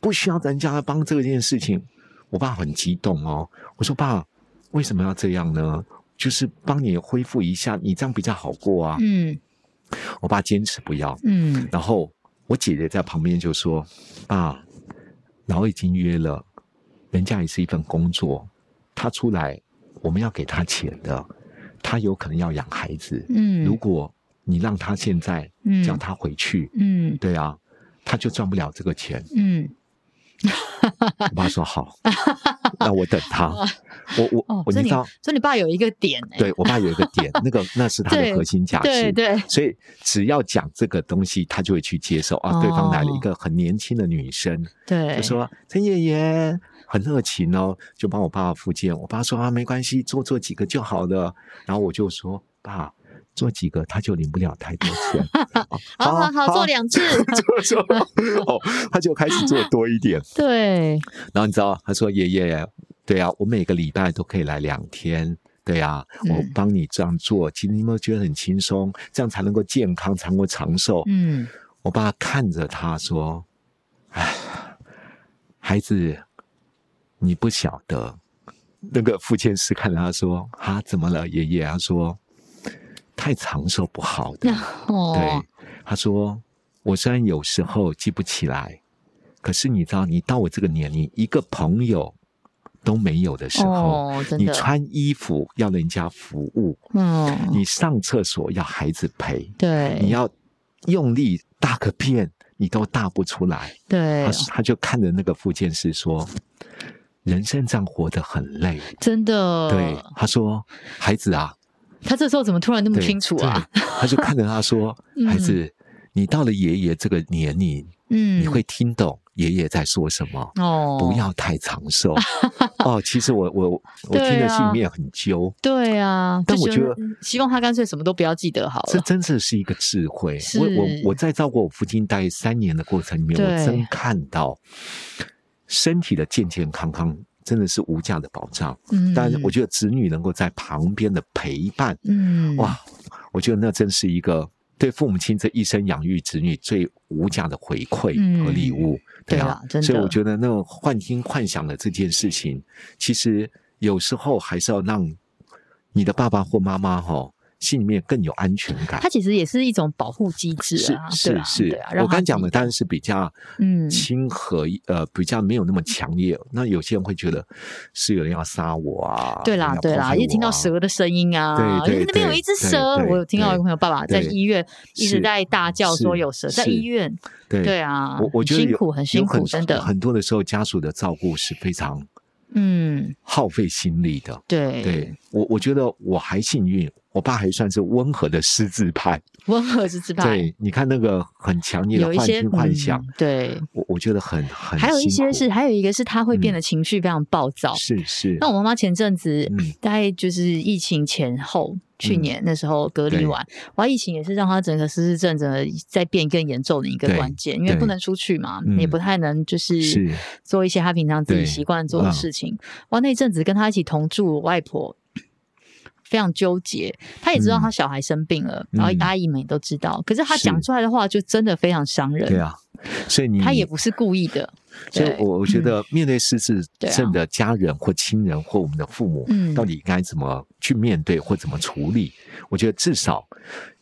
Speaker 2: 不需要人家来帮这件事情。我爸很激动哦，我说爸，为什么要这样呢？就是帮你恢复一下，你这样比较好过啊。
Speaker 1: 嗯
Speaker 2: 我爸坚持不要，
Speaker 1: 嗯
Speaker 2: 然后我姐姐在旁边就说：“爸，然后已经约了，人家也是一份工作，他出来我们要给他钱的，他有可能要养孩子。
Speaker 1: 嗯，
Speaker 2: 如果你让他现在
Speaker 1: 嗯
Speaker 2: 叫他回去，
Speaker 1: 嗯
Speaker 2: 对啊，
Speaker 1: [LAUGHS]
Speaker 2: 他就赚不了这个钱。
Speaker 1: 嗯” [LAUGHS]
Speaker 2: 我爸说：“好。”那我等他。我我
Speaker 1: 哦，
Speaker 2: 我
Speaker 1: 所
Speaker 2: 你
Speaker 1: 以你
Speaker 2: 知道，
Speaker 1: 所以你爸有一个点哎、
Speaker 2: 对我爸有一个点，那个那是他的
Speaker 1: 对
Speaker 2: 核心价值。
Speaker 1: 对对，
Speaker 2: 所以只要讲这个东西，他就会去接受啊。对方来
Speaker 1: 哦
Speaker 2: 了一个很年轻的女生，
Speaker 1: 对
Speaker 2: 就，说陈爷爷很热情哦，就帮我爸复健。我爸说啊，没关系，做做几个就好了。然后我就说爸。做几个他就领不了太多钱，哦
Speaker 1: 好好好，做两
Speaker 2: [LAUGHS]
Speaker 1: 次，
Speaker 2: 就说哦，他就开始做多一点。
Speaker 1: 对，
Speaker 2: 然后你知道，他说爷爷，对啊，我每个礼拜都可以来两天。对啊，
Speaker 1: 嗯
Speaker 2: 我帮你这样做，其实你有没有觉得很轻松？这样才能够健康，才能够长寿。
Speaker 1: 嗯，
Speaker 2: 我爸看着他说：“哎，孩子，你不晓得。”那个父亲是看着他说：“啊，怎么了，爷爷？”他说：“太长寿不好的。”
Speaker 1: 哦，
Speaker 2: [LAUGHS] 对，他说：“我虽然有时候记不起来，可是你知道，你到我这个年龄，一个朋友都没有的时候，
Speaker 1: 哦，真
Speaker 2: 你
Speaker 1: 的，
Speaker 2: 穿衣服要人家服务，
Speaker 1: 嗯，
Speaker 2: 你上厕所要孩子陪，
Speaker 1: 对，
Speaker 2: 你要用力大个便，你都大不出来。”
Speaker 1: 对
Speaker 2: 他，他就看着那个复健师说。人生这样活得很累，
Speaker 1: 真的，
Speaker 2: 对，他说：“孩子啊，
Speaker 1: 他这时候怎么突然那么
Speaker 2: 对
Speaker 1: 清楚啊？？
Speaker 2: 对他就看着他说：“
Speaker 1: [LAUGHS]
Speaker 2: 孩子，你到了爷爷这个年龄，
Speaker 1: 嗯，
Speaker 2: 你会听懂爷爷在说什么。”
Speaker 1: 哦，
Speaker 2: 不，要太长
Speaker 1: [LAUGHS]
Speaker 2: 寿哦！其实我我我
Speaker 1: 对啊
Speaker 2: 听了心里面很揪，
Speaker 1: 对啊，
Speaker 2: 但
Speaker 1: 就
Speaker 2: 我觉得
Speaker 1: 嗯希望他干脆什么都不要记得好
Speaker 2: 这
Speaker 1: 了，
Speaker 2: 真的是一个智慧。
Speaker 1: 是
Speaker 2: 我我我在照顾我父亲大概三年的过程里面，
Speaker 1: 对
Speaker 2: 我真看到身体的健健康康真的是无价的保障。
Speaker 1: 嗯，
Speaker 2: 但是我觉得子女能够在旁边的陪伴，
Speaker 1: 嗯，
Speaker 2: 哇，我觉得那真是一个对父母亲这一生养育子女最无价的回馈和礼物，
Speaker 1: 嗯对
Speaker 2: 啊
Speaker 1: 啦，真的
Speaker 2: 所以我觉得那种幻听幻想的这件事情，其实有时候还是要让你的爸爸或妈妈哈、哦、心里面更有安全感
Speaker 1: 他。其实也是一种保护机制
Speaker 2: 是
Speaker 1: 啊，对
Speaker 2: 是
Speaker 1: 啊
Speaker 2: 是，
Speaker 1: 对啊，让
Speaker 2: 我
Speaker 1: 他
Speaker 2: 刚讲
Speaker 1: 自
Speaker 2: 的
Speaker 1: 己
Speaker 2: 当然是比较
Speaker 1: 嗯
Speaker 2: 亲和，呃，比较没有那么强烈。那有些人会觉得是有人要杀我啊，
Speaker 1: 对
Speaker 2: 有人
Speaker 1: 啦
Speaker 2: 要，
Speaker 1: 对
Speaker 2: 迫害
Speaker 1: 啦，一
Speaker 2: 我
Speaker 1: 听到
Speaker 2: 啊
Speaker 1: 蛇的声音啊，
Speaker 2: 对对
Speaker 1: 因为那边有
Speaker 2: 对
Speaker 1: 一只
Speaker 2: 对
Speaker 1: 蛇，
Speaker 2: 对
Speaker 1: 我有听到
Speaker 2: 对
Speaker 1: 一个朋友爸爸在
Speaker 2: 对
Speaker 1: 医院一直
Speaker 2: 是
Speaker 1: 在大叫说
Speaker 2: 是
Speaker 1: 有蛇，在
Speaker 2: 是
Speaker 1: 医院，
Speaker 2: 对
Speaker 1: 对啊，
Speaker 2: 我我
Speaker 1: 很
Speaker 2: 觉得
Speaker 1: 辛
Speaker 2: 有
Speaker 1: 苦，很辛
Speaker 2: 有
Speaker 1: 苦，真的，
Speaker 2: 很多的时候，家属的照顾是非常
Speaker 1: 嗯，
Speaker 2: 耗费心力的。
Speaker 1: 对，
Speaker 2: 对我，我觉得我还幸运，我爸还算是温和的狮子派。
Speaker 1: 温和之之派，
Speaker 2: 对，你看那个很强烈的
Speaker 1: 有一
Speaker 2: 幻
Speaker 1: 些
Speaker 2: 听幻想，
Speaker 1: 嗯对，
Speaker 2: 我我觉得很很辛苦。
Speaker 1: 还有一些是，还有一个是他会变
Speaker 2: 嗯
Speaker 1: 得情绪非常暴躁。
Speaker 2: 是是，
Speaker 1: 那我妈妈前阵子
Speaker 2: 嗯
Speaker 1: 大概就是疫情前后，去
Speaker 2: 嗯
Speaker 1: 年那时候隔离
Speaker 2: 对
Speaker 1: 完，哇，疫情也是让她整个失智症整个再变更严重的一个
Speaker 2: 对
Speaker 1: 关键，因为
Speaker 2: 对
Speaker 1: 不能出去嘛，
Speaker 2: 嗯
Speaker 1: 也不太能就是
Speaker 2: 是
Speaker 1: 做一些她平常自己
Speaker 2: 对
Speaker 1: 习惯做的
Speaker 2: 嗯
Speaker 1: 事情。哇，那一阵子跟她一起同住，我外婆。非常纠结，她也知道
Speaker 2: 嗯
Speaker 1: 她小孩生病了，然后
Speaker 2: 嗯
Speaker 1: 阿姨们也都知道，可是她
Speaker 2: 是
Speaker 1: 讲出来的话就真的非常伤人。
Speaker 2: 对啊，所以你
Speaker 1: 嗯他也不是故意的，
Speaker 2: 所以
Speaker 1: 对
Speaker 2: 我我觉
Speaker 1: 嗯
Speaker 2: 得面对失智
Speaker 1: 对啊
Speaker 2: 症的家人或亲人或我们的父母，
Speaker 1: 嗯
Speaker 2: 到底该怎么去面对或怎么处理？我觉得至少，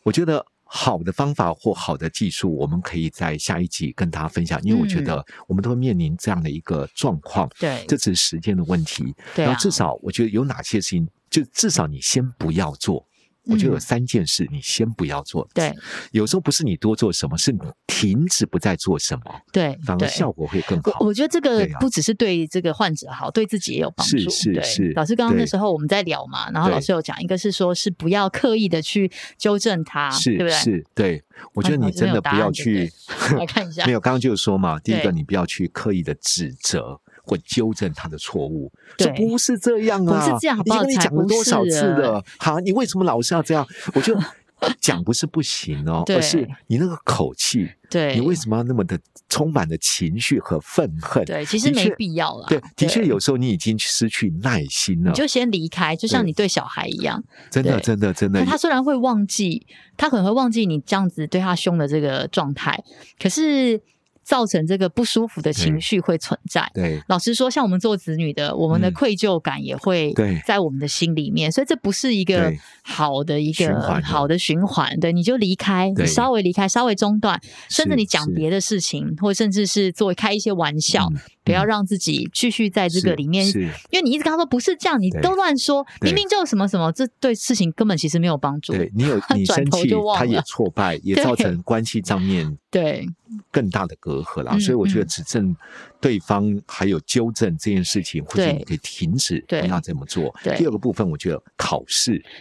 Speaker 2: 我觉得好的方法或好的技术，我们可以在下一集跟大家分享，因为
Speaker 1: 嗯
Speaker 2: 我觉得我们都会面临这样的一个状况，
Speaker 1: 对
Speaker 2: 这只是时间的问题。
Speaker 1: 对
Speaker 2: 然
Speaker 1: 啊
Speaker 2: 后，至少我觉得有哪些事情，就至少你先不要做。我觉得有
Speaker 1: 嗯
Speaker 2: 三件事你先不要做。
Speaker 1: 对，
Speaker 2: 有时候不是你多做什么，是你停止不再做什么，
Speaker 1: 对
Speaker 2: 反而
Speaker 1: 对
Speaker 2: 效果会更好。
Speaker 1: 我我觉得这个
Speaker 2: 对啊
Speaker 1: 不只是对这个患者好，对自己也有帮助。
Speaker 2: 是是
Speaker 1: 对
Speaker 2: 是
Speaker 1: 老师刚刚那
Speaker 2: 对
Speaker 1: 时候我们在聊嘛，然后
Speaker 2: 对
Speaker 1: 老师有讲，一个是说是不要刻意的去纠正他，
Speaker 2: 是
Speaker 1: 啊对不嗯对？
Speaker 2: 是，对，我觉得你真的不要去，
Speaker 1: 来看一下
Speaker 2: 没，有，刚刚就是说嘛，第一
Speaker 1: 啊对
Speaker 2: 个你不要去刻意的指责或纠正他的错误，说
Speaker 1: 对
Speaker 2: 不是这样啊，
Speaker 1: 不是这样好
Speaker 2: 已
Speaker 1: 不
Speaker 2: 经
Speaker 1: 好
Speaker 2: 跟你
Speaker 1: 才
Speaker 2: 讲了
Speaker 1: 不
Speaker 2: 多少
Speaker 1: 是啊
Speaker 2: 次了，好，你为什么老是要这样？我就
Speaker 1: [LAUGHS]
Speaker 2: 讲不是不行哦，
Speaker 1: 对
Speaker 2: 而是你那个口气，
Speaker 1: 对，
Speaker 2: 你为什么要那么的充满了情绪和愤恨？
Speaker 1: 对，其实
Speaker 2: 的
Speaker 1: 没
Speaker 2: 确
Speaker 1: 必要啦。
Speaker 2: 对，的确有时候你已经失去耐心了
Speaker 1: 你，就先离开，就像
Speaker 2: 对
Speaker 1: 你对小孩一样。
Speaker 2: 真的，
Speaker 1: 对
Speaker 2: 真的，真的
Speaker 1: 那，他虽然会忘记，他可能会忘记你这样子对他凶的这个状态，可是造成这个不舒服的情
Speaker 2: 对
Speaker 1: 绪会存在。
Speaker 2: 对，
Speaker 1: 老实说，像我们做子女的，我们的
Speaker 2: 嗯
Speaker 1: 愧疚感也会
Speaker 2: 对
Speaker 1: 在我们的心里面，所以这不是一个
Speaker 2: 对
Speaker 1: 好的一
Speaker 2: 循
Speaker 1: 个
Speaker 2: 环的
Speaker 1: 好的循环。对，你就离开，你
Speaker 2: 对
Speaker 1: 稍微离开，稍微中断，甚至
Speaker 2: 是
Speaker 1: 你讲
Speaker 2: 是
Speaker 1: 别的事情，或甚至是做开一些玩笑，
Speaker 2: 嗯
Speaker 1: 不要让自己继续在这个里面，
Speaker 2: 是
Speaker 1: 因为你一直跟他说不是这样，你
Speaker 2: 对
Speaker 1: 都乱说，
Speaker 2: 对
Speaker 1: 明明就什么什么，这对事情根本其实没有帮助。
Speaker 2: 对你有你
Speaker 1: 转
Speaker 2: 生
Speaker 1: 头
Speaker 2: 气
Speaker 1: 就，忘
Speaker 2: 他也
Speaker 1: 了
Speaker 2: 挫
Speaker 1: [LAUGHS]
Speaker 2: 败，也
Speaker 1: 对
Speaker 2: 造成关系上面
Speaker 1: 对 [COUGHS]
Speaker 2: 更大的隔阂啦。
Speaker 1: 嗯
Speaker 2: 所以我觉得
Speaker 1: 嗯
Speaker 2: 指正对方还有纠正这件事情，或者
Speaker 1: 对
Speaker 2: 你可以停止
Speaker 1: 对
Speaker 2: 不要这么做。
Speaker 1: 对
Speaker 2: 第二个部分，我觉得考
Speaker 1: [LAUGHS]
Speaker 2: 试。 [LAUGHS]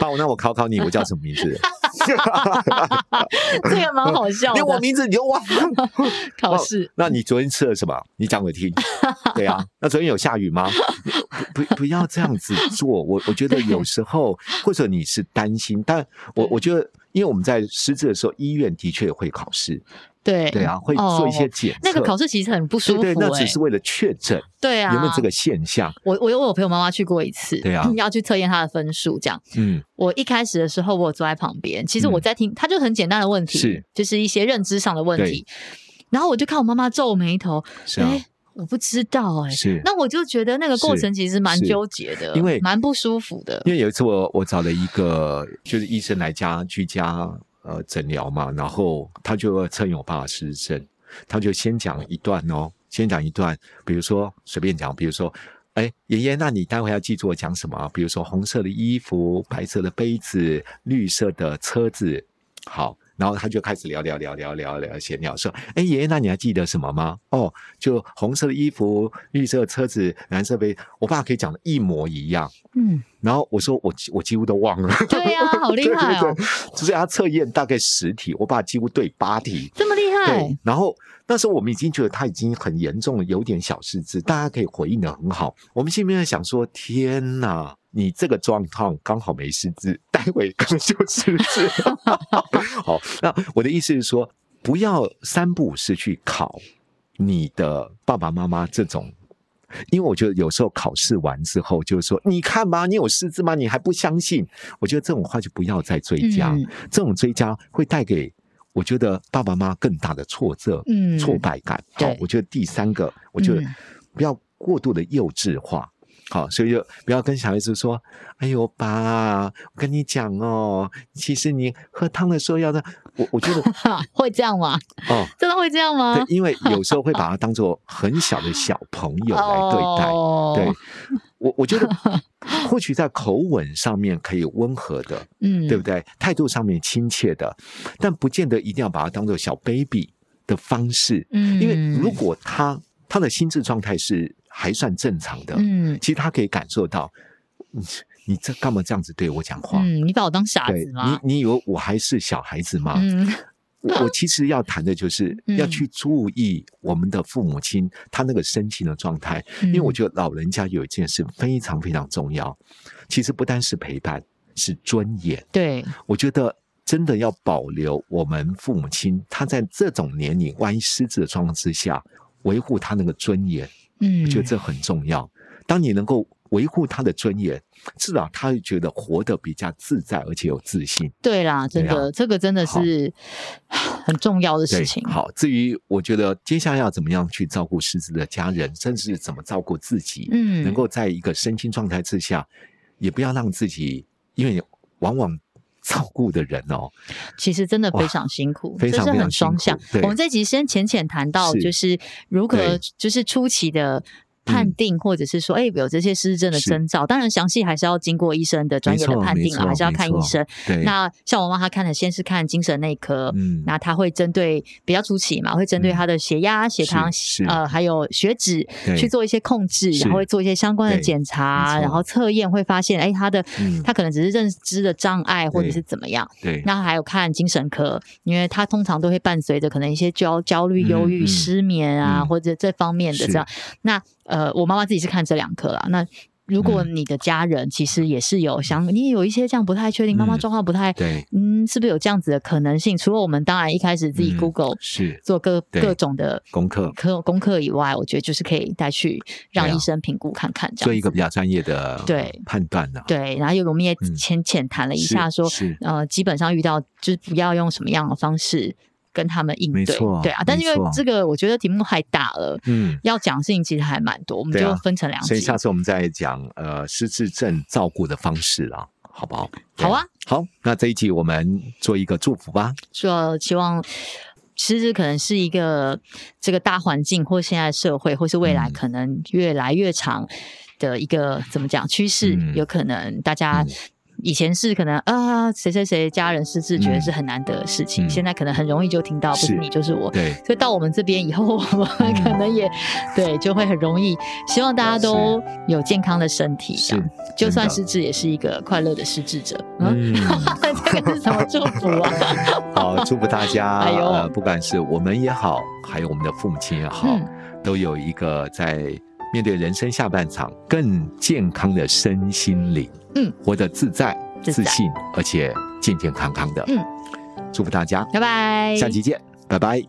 Speaker 2: 爸，那我考考你，我叫什么名
Speaker 1: [LAUGHS]
Speaker 2: 字？
Speaker 1: 这个蛮好笑
Speaker 2: 连我
Speaker 1: 的。
Speaker 2: 名字你就忘了。
Speaker 1: 考试
Speaker 2: 哦那你昨天吃了什么？你讲我听。对啊，那昨天有下雨吗？ [LAUGHS] 不不不要这样子做。我我觉得有时候，或者你是担心，但我我觉得，因为我们在失智的时候，医院的确会考试，
Speaker 1: 对
Speaker 2: 对啊，会做一些
Speaker 1: 哦
Speaker 2: 检测。
Speaker 1: 那个考试其实很不舒服、欸。
Speaker 2: 对对，那只是为了确诊
Speaker 1: 对
Speaker 2: 有
Speaker 1: 啊，
Speaker 2: 没有这个现象。
Speaker 1: 我我有我有陪我妈妈去过一次，
Speaker 2: 对啊
Speaker 1: [LAUGHS] 要去测验她的分数这样。
Speaker 2: 嗯，
Speaker 1: 我一开始的时候，我有坐在旁边，其实
Speaker 2: 嗯
Speaker 1: 我在听，她就很简单的问题，
Speaker 2: 是
Speaker 1: 就是一些认知上的问题。然后我就看我妈妈皱眉头，
Speaker 2: 是啊
Speaker 1: 哎、，我不知道哎、
Speaker 2: 是。
Speaker 1: 那我就觉得那个过程其实蛮
Speaker 2: 是
Speaker 1: 纠结的，
Speaker 2: 因为
Speaker 1: 蛮不舒服的。
Speaker 2: 因为有一次我我找了一个就是医生来家居家呃诊疗嘛，然后他就趁我爸失症，他就先讲一段哦，先讲一段，比如说随便讲，比如说。哎，爷爷，那你待会要记住我讲什么啊？比如说红色的衣服、白色的杯子、绿色的车子，好，然后他就开始聊聊聊聊聊聊闲聊，说：“哎，爷爷，那你还记得什么吗？哦，就红色的衣服、绿色的车子、蓝色杯，我爸可以讲的一模一样。”
Speaker 1: 嗯，
Speaker 2: 然后我说我几我几乎都忘了，
Speaker 1: 对呀、好厉害哦，
Speaker 2: [LAUGHS] 对对对就是他测验大概十题，我把几乎对八题。
Speaker 1: 这么厉害
Speaker 2: 对，，然后那时候我们已经觉得他已经很严重了，有点小失
Speaker 1: 嗯
Speaker 2: 智，大家可以回应的很好。我们心里面想说：天哪，你这个状况刚好没失智，待会可能就失
Speaker 1: [LAUGHS]
Speaker 2: 智。好，那我的意思是说，不要三不五时去考你的爸爸妈妈这种。因为我觉得有时候考试完之后，就是说，你看吧，你有失智吗？你还不相信？我觉得这种话就不要再追加，
Speaker 1: 嗯
Speaker 2: 这种追加会带给我觉得爸爸妈妈更大的挫折、
Speaker 1: 嗯
Speaker 2: 挫败感。好
Speaker 1: 对，
Speaker 2: 我觉得第三个，我觉得
Speaker 1: 嗯
Speaker 2: 不要过度的幼稚化。好，所以就不要跟小孩子说：“哎呦，爸，我跟你讲哦，其实你喝汤的时候要的，我我
Speaker 1: [LAUGHS]
Speaker 2: 觉得
Speaker 1: 哈，会这样吗？
Speaker 2: 哦，
Speaker 1: 真的会这样吗
Speaker 2: 对？，因为有时候会把它当做很小的小朋友来对待。
Speaker 1: 哦、 [LAUGHS]
Speaker 2: 对，我我觉得或许在口吻上面可以温和的，
Speaker 1: 嗯，
Speaker 2: 对不对？态度上面亲切的，但不见得一定要把它当做小 baby 的方式，
Speaker 1: 嗯，
Speaker 2: 因为如果他他的心智状态是还算正常的，
Speaker 1: 嗯
Speaker 2: 其实他可以感受到，嗯你这干嘛这样子对我讲话？
Speaker 1: 嗯，你把我当傻
Speaker 2: 对啊
Speaker 1: 子吗？
Speaker 2: 你，你以为我还是小孩子吗？
Speaker 1: 嗯，
Speaker 2: 我我其实要谈的就是
Speaker 1: 嗯
Speaker 2: 要去注意我们的父母亲他那个身心的状态，
Speaker 1: 嗯
Speaker 2: 因为我觉得老人家有一件事非常非常重要，其实不单是陪伴，是尊严。
Speaker 1: 对，
Speaker 2: 我觉得真的要保留我们父母亲，他在这种年龄，万一失智的状况之下，维护他那个尊严，
Speaker 1: 嗯，
Speaker 2: 我觉得这很重要。当你能够维护他的尊严，至少他会觉得活得比较自在，而且有自信。
Speaker 1: 对啦，真
Speaker 2: 对啊
Speaker 1: 的，这个真的
Speaker 2: 好
Speaker 1: 是 [SIGHS] 很重要的事情。
Speaker 2: 好。至于我觉得接下来要怎么样去照顾失智的家人，甚至是怎么照顾自己，
Speaker 1: 嗯，
Speaker 2: 能够在一个身心状态之下，也不要让自己，因为往往照顾的人哦，
Speaker 1: 其实真的非
Speaker 2: 哇
Speaker 1: 常辛苦，
Speaker 2: 非常
Speaker 1: 这
Speaker 2: 非
Speaker 1: 是
Speaker 2: 常
Speaker 1: 很
Speaker 2: 辛
Speaker 1: 双
Speaker 2: 苦
Speaker 1: 向。
Speaker 2: 对
Speaker 1: 我们这集先浅浅谈到，
Speaker 2: 是
Speaker 1: 就是如何
Speaker 2: 对
Speaker 1: 就是初期的。判
Speaker 2: 嗯
Speaker 1: 定或者是说，哎、有这些失症的
Speaker 2: 是
Speaker 1: 征兆，当然详细还是要经过医生的专业的
Speaker 2: 没错
Speaker 1: 判
Speaker 2: 没
Speaker 1: 定了，还
Speaker 2: 错
Speaker 1: 是要
Speaker 2: 没
Speaker 1: 看医
Speaker 2: 错
Speaker 1: 生。
Speaker 2: 对，
Speaker 1: 那像我妈她看的，先是看精神内科，
Speaker 2: 嗯
Speaker 1: 那她会针对比较初期嘛，会针对她的血压、血糖
Speaker 2: 是是，
Speaker 1: 呃，还有血脂
Speaker 2: 对
Speaker 1: 去做一些控制，
Speaker 2: 是
Speaker 1: 然后会做一些相关的
Speaker 2: 对
Speaker 1: 检查，
Speaker 2: 没错
Speaker 1: 然后测验会发现，哎，她的
Speaker 2: 嗯
Speaker 1: 她可能只是认知的障碍或者
Speaker 2: 对
Speaker 1: 是怎么样。
Speaker 2: 对，
Speaker 1: 那还有看精神科，因为它通常都会伴随着可能一些焦焦虑、
Speaker 2: 嗯
Speaker 1: 忧郁、
Speaker 2: 嗯
Speaker 1: 失眠啊，
Speaker 2: 嗯
Speaker 1: 或者这方面的
Speaker 2: 是
Speaker 1: 这样。那呃，我妈妈自己是看这两科啦。那如果
Speaker 2: 嗯
Speaker 1: 你的家人其实也是有想，你也有一些这样不太确定，妈妈
Speaker 2: 嗯
Speaker 1: 状况不太，
Speaker 2: 对，
Speaker 1: 嗯，是不是有这样子的可能性？除了我们当然一开始自己
Speaker 2: 嗯
Speaker 1: Google
Speaker 2: 是
Speaker 1: 做各
Speaker 2: 对
Speaker 1: 各种的
Speaker 2: 功课，
Speaker 1: 科功课以外，我觉得就是可以再去让
Speaker 2: 对啊
Speaker 1: 医生评估看看这
Speaker 2: 做一
Speaker 1: 样
Speaker 2: 个
Speaker 1: 子。
Speaker 2: 比较专业的
Speaker 1: 对
Speaker 2: 判断呢、啊。
Speaker 1: 对，然后又我们也
Speaker 2: 嗯
Speaker 1: 浅浅谈了一
Speaker 2: 是
Speaker 1: 下说，
Speaker 2: 是
Speaker 1: 呃，基本上遇到就是不要用什么样的方式跟他们应
Speaker 2: 没
Speaker 1: 对
Speaker 2: 错，
Speaker 1: 对啊。但
Speaker 2: 没
Speaker 1: 因为
Speaker 2: 错
Speaker 1: 这个，我觉得题目太大了，
Speaker 2: 嗯，
Speaker 1: 要讲的事情其实还蛮多，我们
Speaker 2: 对
Speaker 1: 就
Speaker 2: 啊
Speaker 1: 分成两
Speaker 2: 所以
Speaker 1: 集。
Speaker 2: 下次我们再讲呃失智症照顾的方式啦，好不好？对
Speaker 1: 好啊，
Speaker 2: 好，那这一集我们做一个祝福吧。
Speaker 1: 说希望其实可能是一个这个大环境，或现在社会，或是未来
Speaker 2: 嗯
Speaker 1: 可能越来越长的一个怎么讲趋势，
Speaker 2: 嗯
Speaker 1: 有可能大家
Speaker 2: 嗯。
Speaker 1: 以前是可能啊，谁谁谁家人失智，觉得
Speaker 2: 嗯
Speaker 1: 是很难得的事情。
Speaker 2: 嗯
Speaker 1: 现在可能很容易就听到，不
Speaker 2: 是
Speaker 1: 是你就是我。
Speaker 2: 对，嗯
Speaker 1: 所以到我们这边以后，我们可能也、对就会很容易。希望大家都有健康的身体，这
Speaker 2: 是
Speaker 1: 样，就算
Speaker 2: 真
Speaker 1: 失智也是一个快乐的失智者。嗯，
Speaker 2: 嗯，
Speaker 1: [LAUGHS] 这个是什么祝福啊？ [LAUGHS]
Speaker 2: 好，祝福大家，
Speaker 1: 哎呦
Speaker 2: 呃，不管是我们也好，还有我们的父母亲也好，
Speaker 1: 嗯
Speaker 2: 都有一个在面对人生下半场更健康的身心灵，
Speaker 1: 嗯，
Speaker 2: 活得自在、
Speaker 1: 自在
Speaker 2: 信，而且健健康康的，
Speaker 1: 嗯，
Speaker 2: 祝福大家，
Speaker 1: 拜拜，
Speaker 2: 下期见，拜拜。